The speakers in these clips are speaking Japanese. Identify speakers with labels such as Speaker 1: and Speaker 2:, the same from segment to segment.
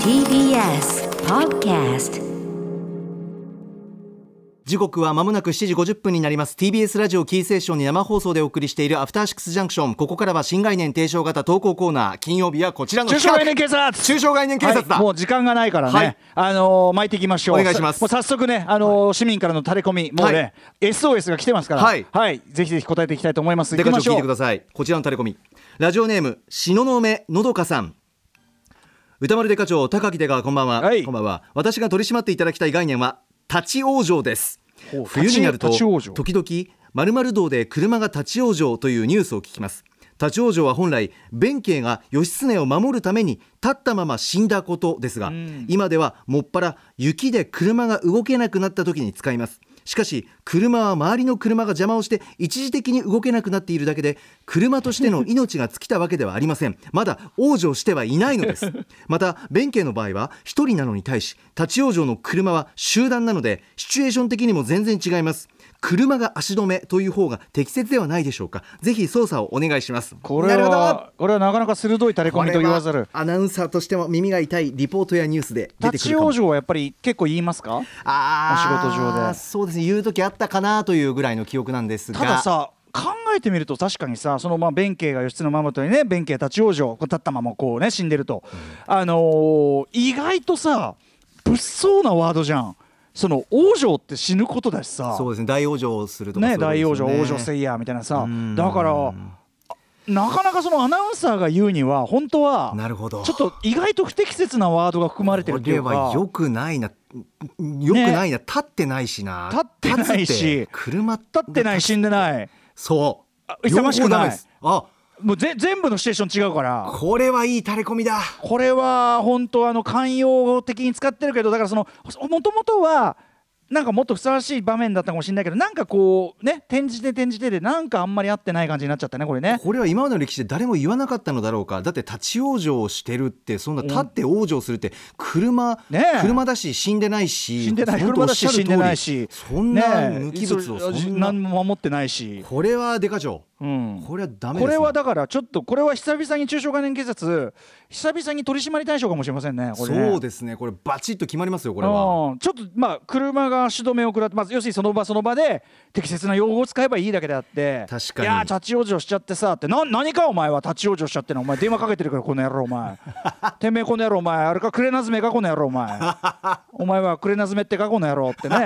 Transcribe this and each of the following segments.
Speaker 1: TBS Podcast
Speaker 2: 時刻はまもなく7時50分になります TBS ラジオキーセーションに生放送でお送りしているアフターシックスジャンクションここからは新概念提唱型投稿コーナー金曜日はこちらの
Speaker 3: 中小概念警察
Speaker 2: 中小概念警察だ、
Speaker 3: はいもう時間がないからね、
Speaker 2: はい
Speaker 3: あのー巻いていきましょう
Speaker 2: お願いします
Speaker 3: さもう早速ね、あのー市民からの垂れ込みもうね、
Speaker 2: はい
Speaker 3: SOS が来てますから
Speaker 2: はい
Speaker 3: ぜひぜひ答えていきたいと思います
Speaker 2: で
Speaker 3: いき
Speaker 2: か
Speaker 3: ま
Speaker 2: ち
Speaker 3: し
Speaker 2: ょ聞い
Speaker 3: ょ
Speaker 2: てく
Speaker 3: う
Speaker 2: ださいこちらのタレコミラジオネーム東雲のどかさん歌丸デカ長高木デカこんばんは、
Speaker 3: はい
Speaker 2: こんばんは私が取り締まっていただきたい概念は立ち往生です
Speaker 3: ほう
Speaker 2: 冬になると
Speaker 3: 立ち往生
Speaker 2: 時々〇〇道で車が立ち往生というニュースを聞きます立ち往生は本来弁慶が義経を守るために立ったまま死んだことですが、今ではもっぱら雪で車が動けなくなった時に使いますしかし車は周りの車が邪魔をして一時的に動けなくなっているだけで車としての命が尽きたわけではありませんまだ往生してはいないのですまた弁慶の場合は一人なのに対し立ち往生の車は集団なのでシチュエーション的にも全然違います車が足止めという方が適切ではないでしょうかぜひ捜査をお願いします
Speaker 3: これ
Speaker 2: なるほど
Speaker 3: はこれはなかなか鋭い垂れ込みと言わざる
Speaker 2: アナウンサーとしても耳が痛いリポートやニュースで出て
Speaker 3: 立
Speaker 2: く
Speaker 3: ち
Speaker 2: るかも
Speaker 3: 往生はやっぱり結構言いますか
Speaker 2: あー
Speaker 3: お仕事上で
Speaker 2: そうですね言う時あったかなというぐらいの記憶なんですが
Speaker 3: たださ考えてみると確かにさそのまあ弁慶が義経のままとにね弁慶立ち往生こう立ったままこうね死んでると、あのー意外とさ物騒なワードじゃんその往生って死ぬことだしさ
Speaker 2: そうですね大往生をするとか
Speaker 3: ね、大往生、往
Speaker 2: 生
Speaker 3: 生せいやみたいなさ
Speaker 2: ん
Speaker 3: だからあなかなかそのアナウンサーが言うには本当は
Speaker 2: なるほど
Speaker 3: ちょっと意外と不適切なワードが含まれてる
Speaker 2: こ
Speaker 3: ってい
Speaker 2: れ
Speaker 3: うか
Speaker 2: は良くないな良くないな、立ってないしな
Speaker 3: 立ってないし
Speaker 2: 立つって車
Speaker 3: 立ってない死んでない
Speaker 2: そう
Speaker 3: あ勇ましくない
Speaker 2: 両方ダメですあ
Speaker 3: もうぜ全部のシチュエーション違うから
Speaker 2: これはいいタレコミだ
Speaker 3: これは本当あの寛容的に使ってるけどだからそのもともとはなんかもっとふさわしい場面だったかもしれないけどなんかこうね転じて転じてでなんかあんまり合ってない感じになっちゃったねこれね。
Speaker 2: これは今までの歴史で誰も言わなかったのだろうかだって立ち往生をしてるってそんな立って往生するって車、
Speaker 3: ねえ
Speaker 2: 車だし死んでないし
Speaker 3: 死んでない
Speaker 2: 本当おっ
Speaker 3: 車だ
Speaker 2: し
Speaker 3: し
Speaker 2: ゃる通り
Speaker 3: 死んでないし
Speaker 2: そんな
Speaker 3: ねえ
Speaker 2: 無機物を
Speaker 3: そ
Speaker 2: そんな
Speaker 3: 何も守ってないし、
Speaker 2: これはデカ長
Speaker 3: うん、
Speaker 2: これはダメですね
Speaker 3: これはだからちょっとこれは久々に中小概念警察久々に取締り対象かもしれませんねこれね
Speaker 2: そうですねこれバチッと決まりますよこれは
Speaker 3: うんちょっとまあ車が足止めを食らって、まあ、要するにその場その場で適切な用語を使えばいいだけであって
Speaker 2: 確かに
Speaker 3: いやー立ち往生しちゃってさってな何かお前は立ち往生しちゃってのお前電話かけてるからこの野郎お 前てめえこの野郎お前あれかクレナズメかこの野郎お 前お前はクレナズメってかこの野郎ってね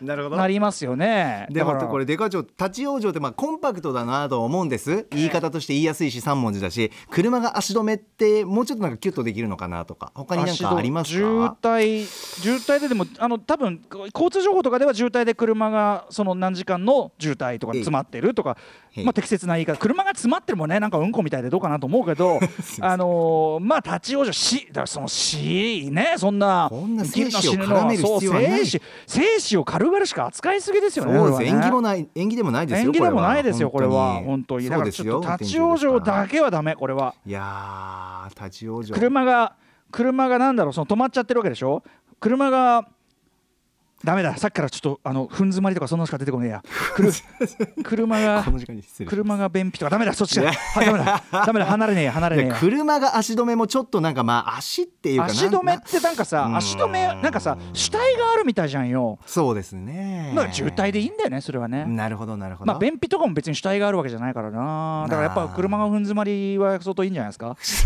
Speaker 2: なるほ
Speaker 3: なりますよね
Speaker 2: で
Speaker 3: だ
Speaker 2: も
Speaker 3: から
Speaker 2: これデカ長立ち往生ってまあコンパクトだなと思うんです言い方として言いやすいし3文字だし車が足止めってもうちょっとなんかキュッとできるのかなとか他になんかあります
Speaker 3: 足の
Speaker 2: か
Speaker 3: 渋滞渋滞ででもあの多分交通情報とかでは渋滞で車がその何時間の渋滞とか
Speaker 2: ええ
Speaker 3: 詰まってるとか
Speaker 2: ええ、
Speaker 3: まあ、適切な言い方車が詰まってるもんねなんかうんこみたいでどうかなと思うけ どあのーまあ立ち往生しだからその死ねそんな
Speaker 2: こんな
Speaker 3: 生きるの
Speaker 2: 生死を
Speaker 3: 死ぬ
Speaker 2: 絡める必要はない
Speaker 3: そう生死生死を軽々しく扱いすぎですよね
Speaker 2: そうです
Speaker 3: これは
Speaker 2: 縁
Speaker 3: ね
Speaker 2: 起もない縁起でもないですよ
Speaker 3: 縁起でもないですよこれは
Speaker 2: に
Speaker 3: 本当に
Speaker 2: そ
Speaker 3: だか
Speaker 2: う
Speaker 3: ら
Speaker 2: で
Speaker 3: ち
Speaker 2: す
Speaker 3: ょ
Speaker 2: よ
Speaker 3: っと立ち往生だけはダメこれはい
Speaker 2: やー立ち往生
Speaker 3: 車が車がなんだろうその止まっちゃってるわけでしょ車がダメださっきからちょっとあの踏ん詰まりとかそんなのしか出てこね えやくる車が
Speaker 2: この時間に失礼
Speaker 3: 車が便秘とかダメだそっちだ
Speaker 2: いや
Speaker 3: はいダメだダメだ離れねえ離れねえ
Speaker 2: で車が足止めもちょっとなんかまあ足っていうかな
Speaker 3: 足止めっ
Speaker 2: な
Speaker 3: てなんかさ
Speaker 2: うん
Speaker 3: 足止めなんかさ主体があるみたいじゃんよ
Speaker 2: そうですね
Speaker 3: なんか渋滞でいいんだよねそれはね
Speaker 2: なるほどなるほど、
Speaker 3: ま あ便秘とかも別に主体があるわけじゃないからなだからやっぱ車が踏ん詰まりは相当いいんじゃないです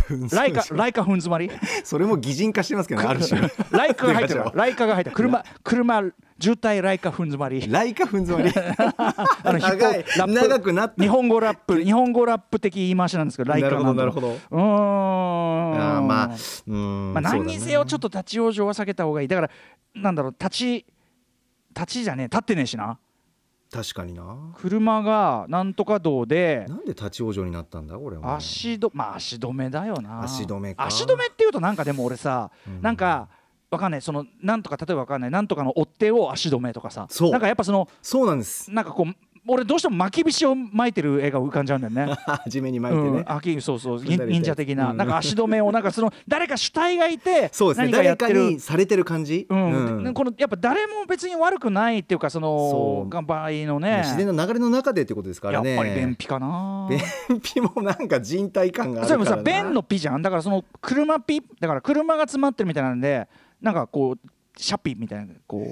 Speaker 3: かライカライカ踏ん詰まり
Speaker 2: それも擬人化してますけど ねある種
Speaker 3: ライカが入ってる
Speaker 2: でかち
Speaker 3: ライカが入ってる車車渋滞ライカ踏ん詰ま
Speaker 2: ゃん
Speaker 3: り
Speaker 2: ライカ踏んぞり
Speaker 3: あのヒップホ
Speaker 2: 長い長くなった
Speaker 3: 日本語ラップ日本語ラップ的言い回しなんですけどライカがんと
Speaker 2: なるほどなる
Speaker 3: うーん
Speaker 2: あーまあうーん
Speaker 3: ま
Speaker 2: そう
Speaker 3: あ、何
Speaker 2: だね
Speaker 3: にせよちょっと立ち往生は避けた方がいいだからなんだろう立ち立ちじゃねえ立ってねえしな
Speaker 2: 確かにな
Speaker 3: 車がなんとか道で
Speaker 2: なんで立ち往生になったんだこれは
Speaker 3: 足どまあ足止めだよな
Speaker 2: 足止めか
Speaker 3: 足止めっていうとなんかでも俺さ、なんかわかんないそのなんとか例えばわかんないなんとかの追っ手を足止めとかさ
Speaker 2: そう
Speaker 3: なんかやっぱその
Speaker 2: そうなんです
Speaker 3: なんかこう俺どうしても巻き菱を巻いてる絵が浮かんじゃうんだよね。
Speaker 2: 初めに 巻いて
Speaker 3: う
Speaker 2: ね
Speaker 3: ん、、秋そうそう
Speaker 2: んだり
Speaker 3: 忍
Speaker 2: して
Speaker 3: 忍者的な、
Speaker 2: うん
Speaker 3: なんか足止めをなんかその誰か主体がいて
Speaker 2: そうですね
Speaker 3: 何かや
Speaker 2: 誰
Speaker 3: って
Speaker 2: か
Speaker 3: る
Speaker 2: にされてる感じ、
Speaker 3: うん
Speaker 2: うん
Speaker 3: でこのやっぱ誰も別に悪くないっていうかそ
Speaker 2: そ
Speaker 3: の
Speaker 2: う
Speaker 3: が場合のね
Speaker 2: 自然な流れの中でってことですか
Speaker 3: や
Speaker 2: ら
Speaker 3: っ
Speaker 2: ね
Speaker 3: ぱり便秘かな
Speaker 2: 便秘もなんか人体感があるか
Speaker 3: そうも
Speaker 2: ら
Speaker 3: さ
Speaker 2: な
Speaker 3: 便のピじゃんだからその車ピだから車が詰まってるみたいなんでなんかこうシャピみたいな こ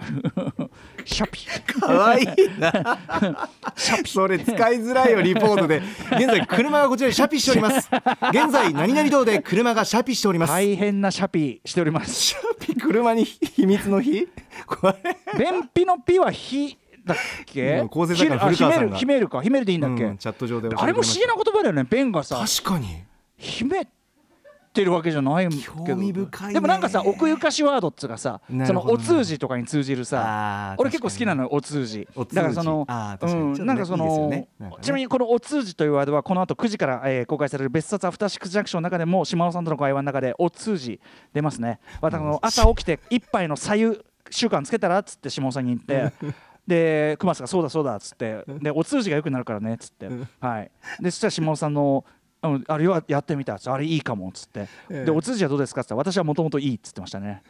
Speaker 3: うシャピ
Speaker 2: 可愛い なそれ使いづらいよリポート で現在車がこちらにシャピしております現在何々道で車がシャピしております、
Speaker 3: 大変なシャピしております
Speaker 2: シャピ車に秘密の 日 これ
Speaker 3: 便秘のピは火だっけ
Speaker 2: もう構成作家の古川さんが
Speaker 3: ひめるかひめるでいいんだっけ、
Speaker 2: うんチャット上で教えてくれました
Speaker 3: あれも不思議な言葉だよね便がさ
Speaker 2: 確か に
Speaker 3: 秘めてるわけじゃないけど
Speaker 2: 興味深いね
Speaker 3: でもなんかさ奥ゆかしワードっつうかさ、
Speaker 2: な
Speaker 3: そ
Speaker 2: る
Speaker 3: の
Speaker 2: ほど
Speaker 3: お通じとかに通じるさ
Speaker 2: あー
Speaker 3: 俺結構好きなのよお通じ
Speaker 2: お通じ
Speaker 3: だからその
Speaker 2: あー
Speaker 3: う
Speaker 2: 確かにちょ
Speaker 3: ん
Speaker 2: っとね
Speaker 3: なんかその
Speaker 2: いいですよねなんかね
Speaker 3: ちなみにこの「お通じ」というワードはこの後9時から、えー公開される「別冊アフターシックスジャンクション」の中でも島尾さんとの会話の中で「お通じ」出ますね私の朝起きて一杯の左右習慣つけたらっつって島尾さんに言 って。で熊瀬が「そうだそうだ」っつって「でお通じが良くなるからね」っつって、はい、でそしたら島尾さんの「うんあれはやってみた」っつってあれいいかも」っつって「
Speaker 2: え
Speaker 3: で
Speaker 2: え
Speaker 3: お通じはどうですか?」っつって「私はもともといい」っつってまし たね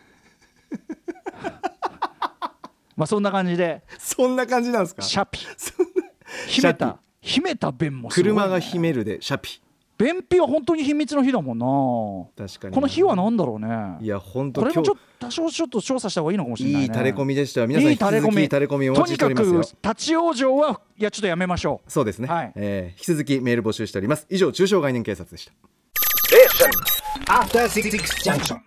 Speaker 3: まあそんな感じで
Speaker 2: そんな感じなんですか
Speaker 3: シャピ
Speaker 2: そんな
Speaker 3: 秘めた秘めた弁もすごいね
Speaker 2: 車が秘めるでシャピ
Speaker 3: 便秘は本当に秘密の日だもんな
Speaker 2: 確かに
Speaker 3: この日は何だろうね
Speaker 2: いや本当
Speaker 3: これ
Speaker 2: 今
Speaker 3: も
Speaker 2: 日
Speaker 3: ちょっと多少ちょっと調査した方がいいのかもしれない、ね、
Speaker 2: いい垂れ込みでした皆さん引き続きいい垂れ込みお待ちしております
Speaker 3: と
Speaker 2: よ
Speaker 3: にかく立ち往生はいやちょっとやめましょう
Speaker 2: そうですね、
Speaker 3: はい
Speaker 2: えー引き続きメール募集しております以上中小概念警察でした
Speaker 4: After Six Junction.